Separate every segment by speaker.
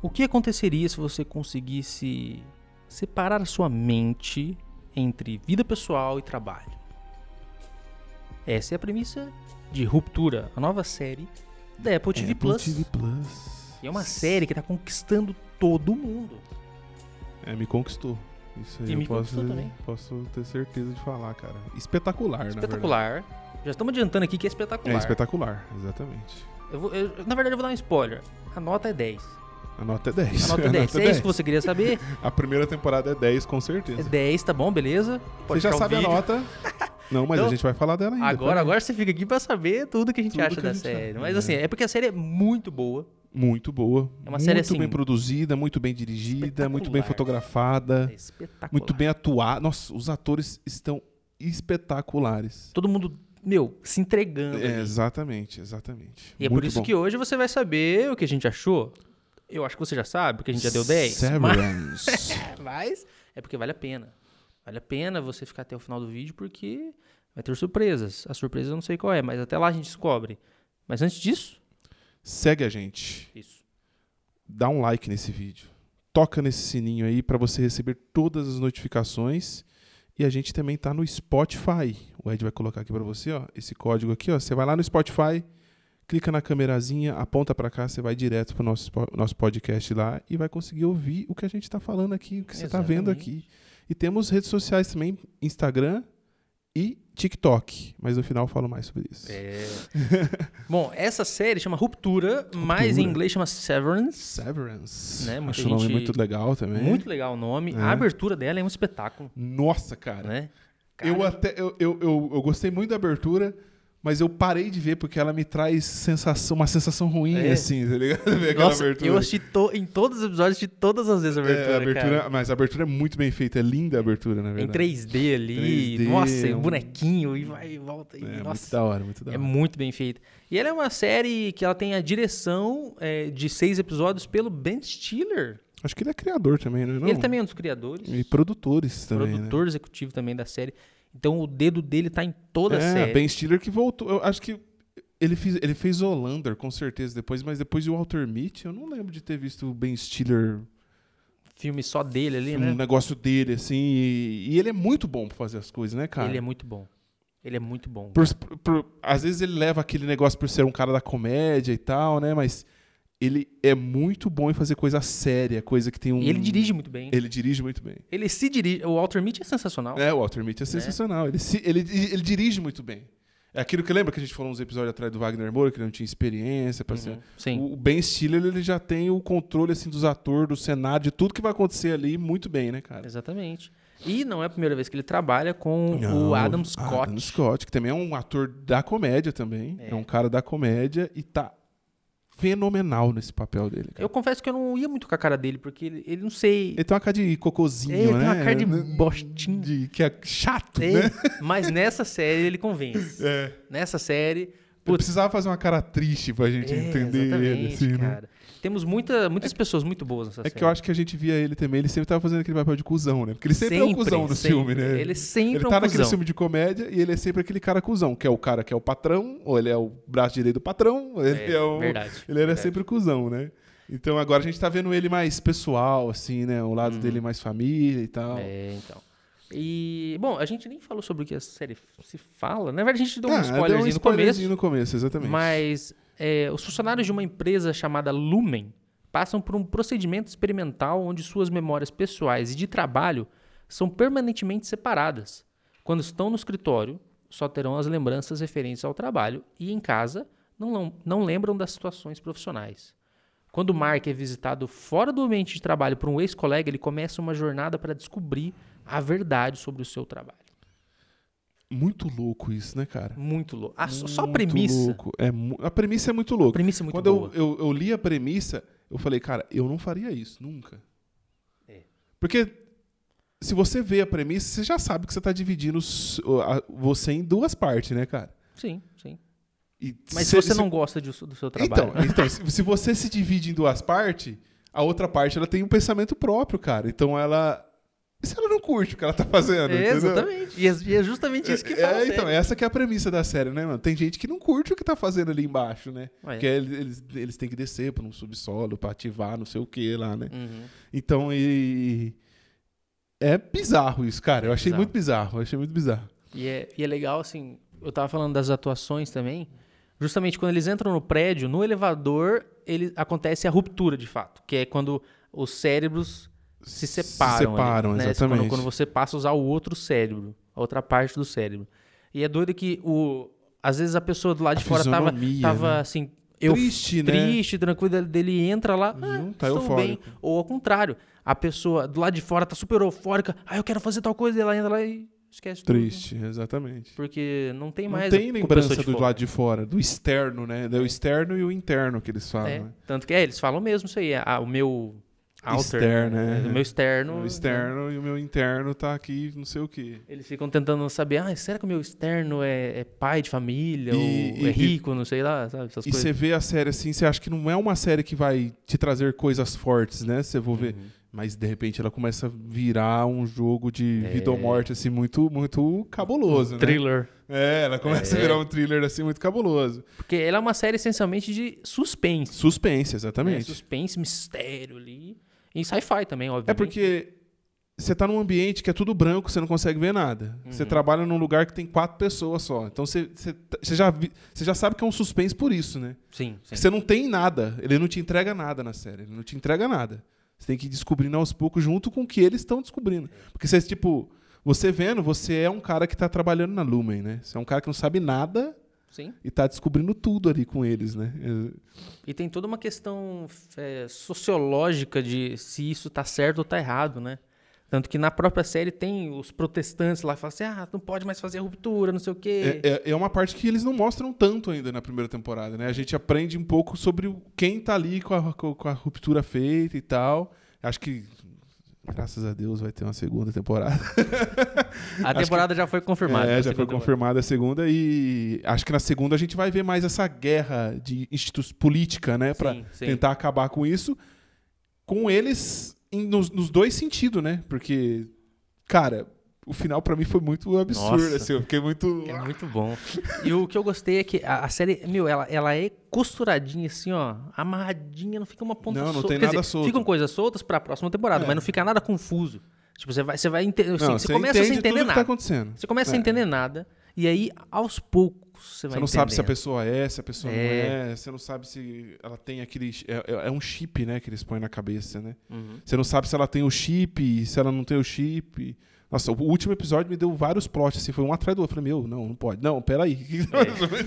Speaker 1: O que aconteceria se você conseguisse separar a sua mente entre vida pessoal e trabalho? Essa é a premissa de Ruptura, a nova série da Apple TV
Speaker 2: Apple
Speaker 1: Plus.
Speaker 2: TV Plus.
Speaker 1: E é uma série que tá conquistando todo mundo.
Speaker 2: É, me conquistou. Isso aí
Speaker 1: E
Speaker 2: eu
Speaker 1: me
Speaker 2: posso,
Speaker 1: conquistou também.
Speaker 2: posso ter certeza de falar, cara. Espetacular, na
Speaker 1: Espetacular. Já estamos adiantando aqui que é espetacular.
Speaker 2: verdade. É espetacular, exatamente.
Speaker 1: Eu vou- eu- na verdade, eu vou dar um spoiler. A nota é 10.
Speaker 2: A nota é 10.
Speaker 1: A nota é 10. Se é isso que você queria saber,
Speaker 2: A primeira temporada é 10, com
Speaker 1: é
Speaker 2: certeza.
Speaker 1: 10, tá bom, beleza?
Speaker 2: você já
Speaker 1: ficar o
Speaker 2: sabe a
Speaker 1: vídeo.
Speaker 2: nota. Não, mas a
Speaker 1: Então,
Speaker 2: gente vai falar dela ainda.
Speaker 1: Agora,
Speaker 2: tá?
Speaker 1: agora você fica aqui pra saber tudo que a gente
Speaker 2: Tudo
Speaker 1: acha
Speaker 2: que a
Speaker 1: da
Speaker 2: gente
Speaker 1: série.
Speaker 2: acha,
Speaker 1: Mas
Speaker 2: né?
Speaker 1: assim, é porque a série é muito boa.
Speaker 2: Muito boa.
Speaker 1: É uma série,
Speaker 2: muito
Speaker 1: assim,
Speaker 2: bem produzida, muito bem dirigida, muito bem
Speaker 1: espetacular.
Speaker 2: fotografada,
Speaker 1: É espetacular.
Speaker 2: muito bem atuada. Nossa, os atores estão espetaculares.
Speaker 1: Todo mundo, meu, se entregando.
Speaker 2: É,
Speaker 1: ali.
Speaker 2: exatamente, exatamente.
Speaker 1: E é por
Speaker 2: Muito
Speaker 1: isso
Speaker 2: bom.
Speaker 1: que hoje você vai saber o que a gente achou. Eu acho que você já sabe, porque a gente já deu 10. Mas,
Speaker 2: Severance.
Speaker 1: mas é porque vale a pena. Vale a pena você ficar até o final do vídeo, porque vai ter surpresas. A surpresa eu não sei qual é, mas até lá a gente descobre. Mas antes disso,
Speaker 2: Segue a gente.
Speaker 1: isso.
Speaker 2: Dá um like nesse vídeo. Toca nesse sininho aí pra você receber todas as notificações. E a gente também tá no Spotify. O Ed vai colocar aqui pra você, ó, esse código aqui, ó. Você vai lá no Spotify, clica na câmerazinha, aponta pra cá, você vai direto pro nosso spo- nosso podcast lá e vai conseguir ouvir o que a gente tá falando aqui, o que você tá vendo aqui. E temos redes sociais também, Instagram e TikTok, mas no final eu falo mais sobre isso.
Speaker 1: É. Bom, essa série chama Ruptura, mas em
Speaker 2: Ruptura.
Speaker 1: inglês chama Severance.
Speaker 2: Severance.
Speaker 1: Né, muita
Speaker 2: Acho o nome
Speaker 1: gente-
Speaker 2: muito legal também.
Speaker 1: Muito legal o nome.
Speaker 2: É.
Speaker 1: A abertura dela é um espetáculo,
Speaker 2: Nossa, cara.
Speaker 1: né?
Speaker 2: eu
Speaker 1: Cara,
Speaker 2: até eu, eu, eu, eu gostei muito da abertura, mas eu parei de ver porque ela me traz sensação, uma sensação ruim,
Speaker 1: É.
Speaker 2: assim, tá ligado? Ver aquela
Speaker 1: Nossa,
Speaker 2: abertura.
Speaker 1: eu assisti to- em todos os episódios de todas as vezes a
Speaker 2: É,
Speaker 1: abertura,
Speaker 2: a abertura-
Speaker 1: cara.
Speaker 2: mas a abertura é muito bem feita, é linda a abertura, na
Speaker 1: Em
Speaker 2: verdade.
Speaker 1: 3D ali,
Speaker 2: 3D,
Speaker 1: nossa, e
Speaker 2: um-
Speaker 1: o bonequinho, e vai e volta. E,
Speaker 2: É, muito
Speaker 1: nossa,
Speaker 2: da hora, muito da
Speaker 1: é
Speaker 2: hora.
Speaker 1: muito bem feito. E ela é uma série que ela tem a direção é, de seis episódios pelo Ben Stiller.
Speaker 2: Acho que ele é criador também, né? Não?
Speaker 1: Ele também é um dos criadores,
Speaker 2: E produtores também, né?
Speaker 1: produtor executivo também da série. Então o dedo dele tá em
Speaker 2: né?
Speaker 1: toda a
Speaker 2: é,
Speaker 1: série.
Speaker 2: Ben Stiller que voltou. Eu acho que ele fez, ele fez Olander, com certeza, depois, mas depois de Walter Mitty, eu não lembro de ter visto o Ben Stiller
Speaker 1: Filme só dele ali,
Speaker 2: um
Speaker 1: né?
Speaker 2: negócio dele, assim. E, e ele é muito bom pra fazer as coisas, né, cara?
Speaker 1: Ele é muito bom. Ele é muito bom.
Speaker 2: Por- por- às vezes ele leva aquele negócio por ser um cara da comédia e tal, né? Mas ele é muito bom em fazer coisa séria, coisa que tem um.
Speaker 1: E ele dirige muito bem.
Speaker 2: Ele dirige muito bem.
Speaker 1: Ele se dirige. O Walter Mitty é sensacional.
Speaker 2: É, o Walter Mitty é sensacional. Ele, se- ele, ele dirige muito bem. É aquilo que lembra que a gente falou uns episódios atrás do Wagner Moura, que ele não tinha experiência. pra ser-
Speaker 1: Uhum. Sim.
Speaker 2: O Ben Stiller, ele já tem o controle assim, dos atores, do cenário, de tudo que vai acontecer ali muito bem, né, cara?
Speaker 1: Exatamente. E não é a primeira vez que ele trabalha com
Speaker 2: Não,
Speaker 1: o Adam Scott.
Speaker 2: Adam Scott, que também é um ator da comédia também. É,
Speaker 1: É.
Speaker 2: um cara da comédia e tá fenomenal nesse papel dele, cara.
Speaker 1: Eu confesso que eu não ia muito com a cara dele, porque ele, ele não sei.
Speaker 2: Ele tem uma cara de cocôzinho,
Speaker 1: É, ele
Speaker 2: né?
Speaker 1: tem uma cara de bostinho.
Speaker 2: De- que é chato,
Speaker 1: É,
Speaker 2: né? É.
Speaker 1: Mas nessa série ele convence. Nessa série.
Speaker 2: Eu
Speaker 1: Putz,
Speaker 2: precisava fazer uma cara triste pra gente
Speaker 1: é,
Speaker 2: entender ele,
Speaker 1: exatamente,
Speaker 2: assim, né?
Speaker 1: cara. Temos muita, muitas pessoas muito boas nessa
Speaker 2: É
Speaker 1: série.
Speaker 2: que eu acho que a gente via ele também, ele sempre tava fazendo aquele papel de cuzão, né? Porque ele sempre, é o cuzão no
Speaker 1: sempre.
Speaker 2: filme, né?
Speaker 1: Ele sempre
Speaker 2: Ele
Speaker 1: é um
Speaker 2: tá naquele
Speaker 1: cuzão.
Speaker 2: filme de comédia e ele é sempre aquele cara cuzão, que é o cara que é o patrão, ou ele é o braço direito do patrão, ou ele é, o.
Speaker 1: Verdade.
Speaker 2: Ele era
Speaker 1: verdade.
Speaker 2: sempre o cuzão, né? Então agora a gente tá vendo ele mais pessoal, assim, né? O lado dele mais família e tal.
Speaker 1: Uhum. É, então. E, bom, a gente nem falou sobre o que a série se fala. Na verdade, a gente deu um
Speaker 2: Ah,
Speaker 1: spoilerzinho no começo.
Speaker 2: spoilerzinho no começo, exatamente.
Speaker 1: Mas é, os funcionários de uma empresa chamada Lumen passam por um procedimento experimental onde suas memórias pessoais e de trabalho são permanentemente separadas. Quando estão no escritório, só terão as lembranças referentes ao trabalho e em casa não, lem- não lembram das situações profissionais. Quando Mark é visitado fora do ambiente de trabalho por um ex-colega, ele começa uma jornada para descobrir a verdade sobre o seu trabalho.
Speaker 2: Muito louco isso, né, cara?
Speaker 1: Muito louco. Ah, só, só a
Speaker 2: Muito
Speaker 1: premissa.
Speaker 2: louco. É mu- a premissa é muito
Speaker 1: A
Speaker 2: louca.
Speaker 1: premissa é muito
Speaker 2: Quando
Speaker 1: boa.
Speaker 2: eu, eu, eu li a premissa, eu falei, cara, eu não faria isso, nunca.
Speaker 1: É.
Speaker 2: Porque se você vê a premissa, você já sabe que você tá dividindo s- o- a- você em duas partes, né, cara?
Speaker 1: Sim, sim.
Speaker 2: E
Speaker 1: Mas se
Speaker 2: cê-
Speaker 1: você
Speaker 2: cê-
Speaker 1: não gosta disso- do seu trabalho.
Speaker 2: Então, então se, se você se divide em duas partes, a outra parte ela tem um pensamento próprio, cara. Então ela se ela não curte o que ela tá fazendo,
Speaker 1: É,
Speaker 2: entendeu?
Speaker 1: exatamente. E é- E é justamente isso que fala.
Speaker 2: É,
Speaker 1: sério.
Speaker 2: então, essa que é a premissa da série, né, mano? Tem gente que não curte o que tá fazendo ali embaixo, né?
Speaker 1: Ué.
Speaker 2: Porque eles, eles, eles têm que descer pra um subsolo, pra ativar não sei o que lá, né?
Speaker 1: Uhum.
Speaker 2: Então, e... É bizarro isso, cara. Eu achei
Speaker 1: bizarro.
Speaker 2: muito bizarro, eu achei muito bizarro.
Speaker 1: E é, e é legal, assim, eu tava falando das atuações também. Justamente quando eles entram no prédio, no elevador, ele, acontece a ruptura de fato, que é quando os cérebros se separam. ali,
Speaker 2: separam,
Speaker 1: né?
Speaker 2: exatamente.
Speaker 1: Quando, quando você passa a usar o outro cérebro, a outra parte do cérebro. E é doido que o, às vezes a pessoa do lado tá de
Speaker 2: A
Speaker 1: fora tava,
Speaker 2: fisionomia,
Speaker 1: tava
Speaker 2: né?
Speaker 1: assim, eu
Speaker 2: Triste, né?
Speaker 1: triste, tranquilo, dele entra lá, ah,
Speaker 2: Não, tá
Speaker 1: estou bem.
Speaker 2: eufórico.
Speaker 1: Ou ao contrário, a pessoa do lado de fora tá super eufórica, ah, eu quero fazer tal coisa, e ela entra lá e esquece tudo.
Speaker 2: Triste, exatamente.
Speaker 1: Porque não tem
Speaker 2: Não
Speaker 1: mais.
Speaker 2: tem
Speaker 1: a
Speaker 2: lembrança
Speaker 1: pessoa
Speaker 2: do
Speaker 1: de fora.
Speaker 2: lado de fora, do externo, né? Do externo e o interno que eles falam.
Speaker 1: É,
Speaker 2: né?
Speaker 1: Tanto que é, eles falam mesmo isso aí. ah, o meu outer,
Speaker 2: Externo,
Speaker 1: né,
Speaker 2: é.
Speaker 1: O meu externo.
Speaker 2: O
Speaker 1: né,
Speaker 2: externo e o meu interno tá aqui, não sei o quê.
Speaker 1: Eles ficam tentando saber, ah, será que o meu externo é, é pai de família?
Speaker 2: E-
Speaker 1: ou
Speaker 2: e-
Speaker 1: é rico, não sei lá, sabe? Essas
Speaker 2: E
Speaker 1: coisas.
Speaker 2: você vê a série assim, você acha que não é uma série que vai te trazer coisas fortes, né? Você vou ver.
Speaker 1: Uhum.
Speaker 2: Mas de repente ela começa a virar um jogo de
Speaker 1: É.
Speaker 2: vida ou morte, assim, muito, muito cabuloso, né?
Speaker 1: Thriller.
Speaker 2: É, ela começa
Speaker 1: Um É.
Speaker 2: a virar um thriller assim muito cabuloso.
Speaker 1: Porque ela é uma série essencialmente de suspense.
Speaker 2: Suspense,
Speaker 1: Né?
Speaker 2: exatamente.
Speaker 1: Suspense, mistério ali. E sci-fi também, obviamente.
Speaker 2: É porque você tá num ambiente que é tudo branco, você não consegue ver nada. Você
Speaker 1: Uhum.
Speaker 2: trabalha num lugar que tem quatro pessoas só. Então você, você, você já, vi- você já sabe que é um suspense por isso, né?
Speaker 1: Sim, sim.
Speaker 2: Você não tem nada. Ele não te entrega nada na série. Ele não te entrega nada. Você tem que ir descobrindo aos poucos junto com o que eles estão descobrindo. Porque você, tipo, você vendo, você é um cara que tá trabalhando na Lumen, né? Você é um cara que não sabe nada
Speaker 1: Sim.
Speaker 2: e tá descobrindo tudo ali com eles, né?
Speaker 1: E tem toda uma questão é, sociológica de se isso tá certo ou tá errado, né? Tanto que na própria série tem os protestantes lá que falam assim, ah, não pode mais fazer ruptura, não sei o quê.
Speaker 2: É, é- é uma parte que eles não mostram tanto ainda na primeira temporada, né? A gente aprende um pouco sobre o- quem tá ali com a, com a ruptura feita e tal. Acho que, graças a Deus, vai ter uma segunda temporada.
Speaker 1: a temporada já foi confirmada.
Speaker 2: É,
Speaker 1: a
Speaker 2: já foi
Speaker 1: segunda
Speaker 2: confirmada a segunda e acho que na segunda a gente vai ver mais essa guerra de institu- política, né, Pra
Speaker 1: Sim, sim.
Speaker 2: tentar acabar com isso, com eles em- nos, nos dois sentidos, né? Porque, cara, o final pra mim foi muito absurdo,
Speaker 1: Nossa.
Speaker 2: assim, eu fiquei muito
Speaker 1: É muito bom. E o que eu gostei é que a, a série, meu, ela, ela é costuradinha assim, ó, amarradinha, não fica uma ponta
Speaker 2: Não, não
Speaker 1: solta.
Speaker 2: tem
Speaker 1: Quer
Speaker 2: nada
Speaker 1: dizer,
Speaker 2: solto.
Speaker 1: Ficam coisas soltas pra próxima temporada,
Speaker 2: É.
Speaker 1: mas não fica nada confuso. Tipo, você vai, você vai, inte- assim,
Speaker 2: Não,
Speaker 1: você começa
Speaker 2: entende
Speaker 1: sem entender
Speaker 2: tudo que tá
Speaker 1: nada.
Speaker 2: acontecendo.
Speaker 1: Você começa a
Speaker 2: É.
Speaker 1: entender nada, e aí, aos poucos, você vai
Speaker 2: Você não sabe se a
Speaker 1: entendendo.
Speaker 2: pessoa é, se a pessoa
Speaker 1: É.
Speaker 2: não é, você não sabe se ela tem aquele. É, é- é um chip, né, que eles põem na cabeça, né?
Speaker 1: Uhum.
Speaker 2: Você não sabe se ela tem o chip, se ela não tem o chip. Nossa, o último episódio me deu vários plots, assim, foi um atrás do outro. Eu falei, meu, não, não pode. Não, peraí.
Speaker 1: É,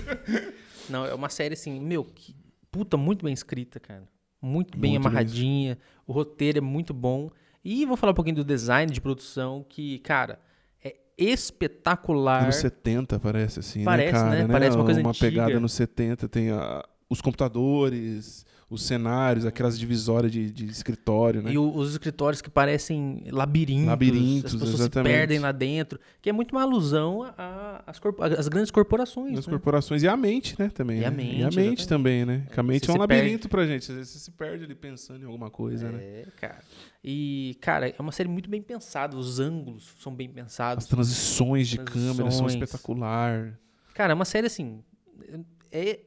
Speaker 1: Não, é uma série assim, meu, que puta, muito bem escrita, cara. Muito bem
Speaker 2: Muito bem
Speaker 1: amarradinha, o roteiro é muito bom. E vou falar um pouquinho do design de produção, que, cara, é espetacular.
Speaker 2: Anos 70, parece, assim,
Speaker 1: Parece,
Speaker 2: né, cara?
Speaker 1: né? Parece uma coisa
Speaker 2: Uma
Speaker 1: antiga.
Speaker 2: pegada nos 70, tem a- os computadores, os cenários, aquelas divisórias de, de escritório, né?
Speaker 1: E o- os escritórios que parecem labirintos,
Speaker 2: Labirintos,
Speaker 1: as pessoas
Speaker 2: exatamente.
Speaker 1: se perdem lá dentro, que é muito uma alusão a- às corpo- às grandes corporações.
Speaker 2: Nas
Speaker 1: né?
Speaker 2: corporações e a mente, né, também.
Speaker 1: E a
Speaker 2: né?
Speaker 1: mente,
Speaker 2: e a
Speaker 1: exatamente.
Speaker 2: mente também, né? Que a mente
Speaker 1: Você
Speaker 2: é um
Speaker 1: se perde.
Speaker 2: labirinto pra gente. Às vezes você se perde ali pensando em alguma coisa, né?
Speaker 1: É, cara. E, cara, é uma série muito bem pensada, os ângulos são bem pensados.
Speaker 2: As transições de câmera são
Speaker 1: Transições.
Speaker 2: espetacular.
Speaker 1: Cara, é uma série assim. É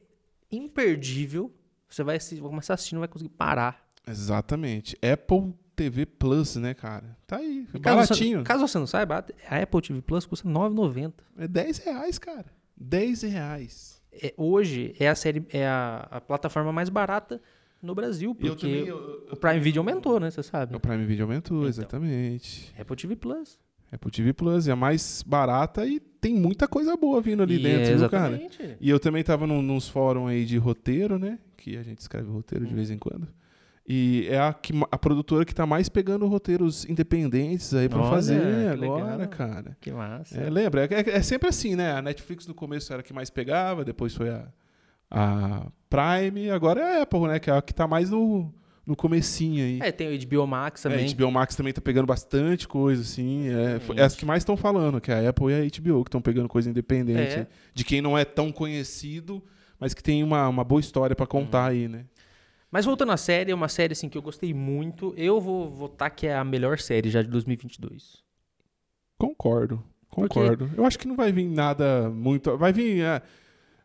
Speaker 1: imperdível. Você vai, assi- vai começar a assistir, não vai conseguir parar.
Speaker 2: Exatamente. Apple TV Plus, né, cara? Tá aí.
Speaker 1: E caso
Speaker 2: baratinho.
Speaker 1: Você, caso você não saiba, a Apple TV Plus custa R$ 9,90.
Speaker 2: É 10 reais, cara. 10 reais.
Speaker 1: É, hoje é a série, é a, a plataforma mais barata no Brasil, porque o Prime Video aumentou, né? Você sabe.
Speaker 2: É O Prime Video aumentou,
Speaker 1: Então.
Speaker 2: exatamente.
Speaker 1: Apple TV Plus.
Speaker 2: Apple TV Plus é a mais barata e tem muita coisa boa vindo ali
Speaker 1: E
Speaker 2: dentro,
Speaker 1: é,
Speaker 2: viu, cara?
Speaker 1: exatamente.
Speaker 2: E eu também tava num, nos fóruns aí de roteiro, né? Que a gente escreve roteiro
Speaker 1: Uhum.
Speaker 2: de vez em quando. E é a, que, ma- a produtora que tá mais pegando roteiros independentes aí pra
Speaker 1: Olha,
Speaker 2: fazer
Speaker 1: que
Speaker 2: agora,
Speaker 1: legal.
Speaker 2: cara.
Speaker 1: Que massa.
Speaker 2: É, lembra? É, é sempre assim, né? A Netflix no começo era a que mais pegava, depois foi a, a Prime, agora é a Apple, né? Que é a que tá mais no, no comecinho aí.
Speaker 1: É, tem o HBO Max
Speaker 2: É,
Speaker 1: também.
Speaker 2: a HBO Max também tá pegando bastante coisa, assim. É, foi- é as que mais estão falando, que é a Apple e a HBO, que estão pegando coisa independente.
Speaker 1: É.
Speaker 2: né? De quem não é tão conhecido, mas que tem uma, uma boa história pra contar aí, né?
Speaker 1: Mas voltando à série, é uma série assim que eu gostei muito. Eu vou votar que é a melhor série já de 2022.
Speaker 2: Concordo, concordo. Eu acho que não vai vir nada muito. Vai vir. ah,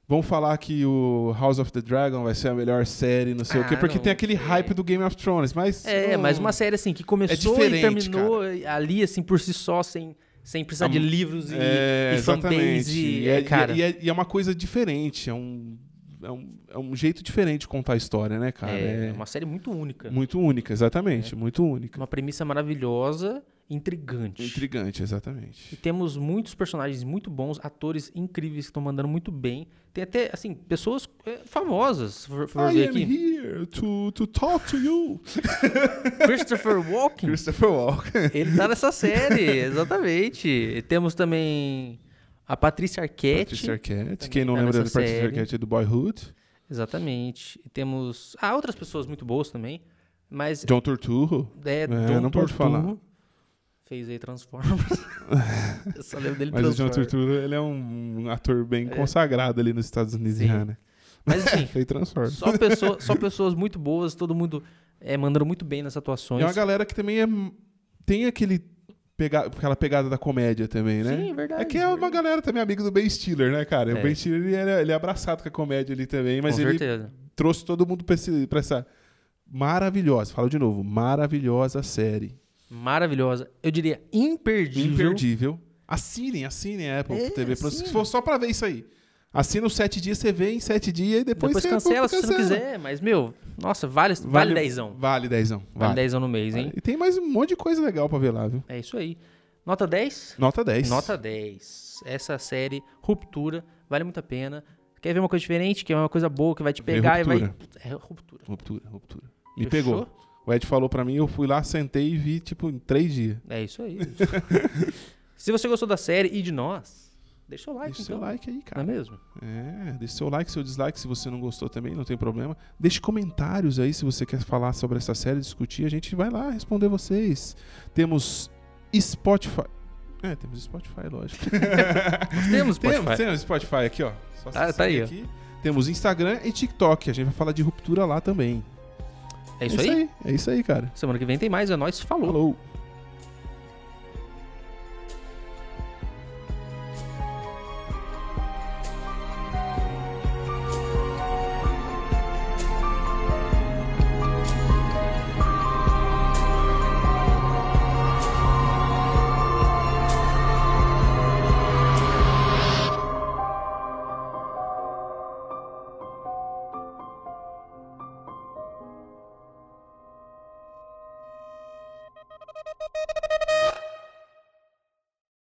Speaker 2: vão falar que o House of the Dragon vai ser a melhor série, não sei o quê,
Speaker 1: Ah,
Speaker 2: porque
Speaker 1: não
Speaker 2: tem aquele
Speaker 1: sei.
Speaker 2: hype do Game of Thrones, mas.
Speaker 1: É,
Speaker 2: não-
Speaker 1: mas uma série assim que começou e
Speaker 2: É diferente,
Speaker 1: terminou ali assim por si só sem sem precisar
Speaker 2: A
Speaker 1: de
Speaker 2: mu-
Speaker 1: livros e,
Speaker 2: É,
Speaker 1: e
Speaker 2: exatamente.
Speaker 1: fanbase.
Speaker 2: E
Speaker 1: é,
Speaker 2: é, e é-
Speaker 1: cara,
Speaker 2: e é- e é uma coisa diferente, é um, é, um, é um jeito diferente de contar a história, né, cara?
Speaker 1: é,
Speaker 2: É,
Speaker 1: uma série muito única. É.
Speaker 2: muito única, exatamente, muito única.
Speaker 1: Uma premissa maravilhosa, intrigante.
Speaker 2: Intrigante,
Speaker 1: E
Speaker 2: exatamente.
Speaker 1: temos muitos personagens muito bons, atores incríveis que estão mandando muito bem. Tem até, assim, pessoas é, famosas. se For, for
Speaker 2: I
Speaker 1: ver
Speaker 2: am
Speaker 1: aqui.
Speaker 2: here to, to talk to you.
Speaker 1: Christopher Walken,
Speaker 2: Christopher Walken.
Speaker 1: ele tá nessa série, exatamente. E temos também a Patrícia Arquette.
Speaker 2: Patricia Arquette.
Speaker 1: também
Speaker 2: Quem não
Speaker 1: tá
Speaker 2: lembra da
Speaker 1: nessa
Speaker 2: Patricia
Speaker 1: série.
Speaker 2: Arquette é do Boyhood.
Speaker 1: Exatamente. E temos. Ah, outras pessoas muito boas também. Mas.
Speaker 2: John Turturro.
Speaker 1: é,
Speaker 2: não pode falar.
Speaker 1: Fez aí Transformers. Eu só lembro dele
Speaker 2: Mas o John
Speaker 1: Transformers.
Speaker 2: Turturro, ele é um ator bem consagrado ali nos Estados Unidos,
Speaker 1: É. Sim.
Speaker 2: né?
Speaker 1: Mas enfim,
Speaker 2: Fez Transformers.
Speaker 1: só, pessoa, só pessoas muito boas, todo mundo é, mandando muito bem nas atuações.
Speaker 2: É uma galera que também é, tem aquele pega, aquela pegada da comédia também, né?
Speaker 1: Sim, é verdade.
Speaker 2: É que é uma galera também amiga do Ben Stiller, né, cara?
Speaker 1: É.
Speaker 2: O Ben Stiller, ele é, ele é abraçado com a comédia ali também, mas
Speaker 1: Com
Speaker 2: ele
Speaker 1: certeza.
Speaker 2: trouxe todo mundo pra, esse- pra essa maravilhosa, falo de novo, maravilhosa série.
Speaker 1: Maravilhosa. Eu diria imperdível.
Speaker 2: Imperdível. Assinem, assinem a Apple
Speaker 1: É,
Speaker 2: TV Plus,
Speaker 1: assina.
Speaker 2: se for só pra ver isso aí. Assina os sete dias, você vê em sete dias e depois,
Speaker 1: Depois,
Speaker 2: você
Speaker 1: cancela se você não quiser. Mas, meu, nossa, vale, vale, dezão.
Speaker 2: Vale dezão.
Speaker 1: Vale
Speaker 2: Vale.
Speaker 1: dezão no mês, hein?
Speaker 2: E tem mais um monte de coisa legal pra ver lá, viu?
Speaker 1: É isso aí. Nota 10?
Speaker 2: Nota 10.
Speaker 1: Nota 10. Essa série, Ruptura, vale muito a pena. Quer ver uma coisa diferente? Quer ver uma coisa boa que vai te
Speaker 2: Vê
Speaker 1: pegar e vai...
Speaker 2: Ruptura.
Speaker 1: É Ruptura.
Speaker 2: Ruptura, ruptura. Me
Speaker 1: Fechou?
Speaker 2: pegou. O Ed falou pra mim, eu fui lá, sentei e vi, tipo, em três dias.
Speaker 1: É isso aí. se você gostou da série e de nós, deixa o like,
Speaker 2: Deixa
Speaker 1: então.
Speaker 2: seu like aí,
Speaker 1: Não é
Speaker 2: cara.
Speaker 1: mesmo?
Speaker 2: É, deixa seu like, seu dislike, se você não gostou também, não tem problema. Deixe comentários aí se você quer falar sobre essa série, discutir, a gente vai lá responder vocês. Temos Spotify. É, temos Spotify, lógico.
Speaker 1: Nós temos Spotify.
Speaker 2: Temos, temos Spotify aqui, ó. Só
Speaker 1: Tá-
Speaker 2: você
Speaker 1: tá aí,
Speaker 2: seguir aqui. Temos Instagram e TikTok. A gente vai falar de ruptura lá também.
Speaker 1: É isso aí?
Speaker 2: É isso aí, cara.
Speaker 1: Semana que vem tem mais. É nóis. Falou.
Speaker 2: Falou.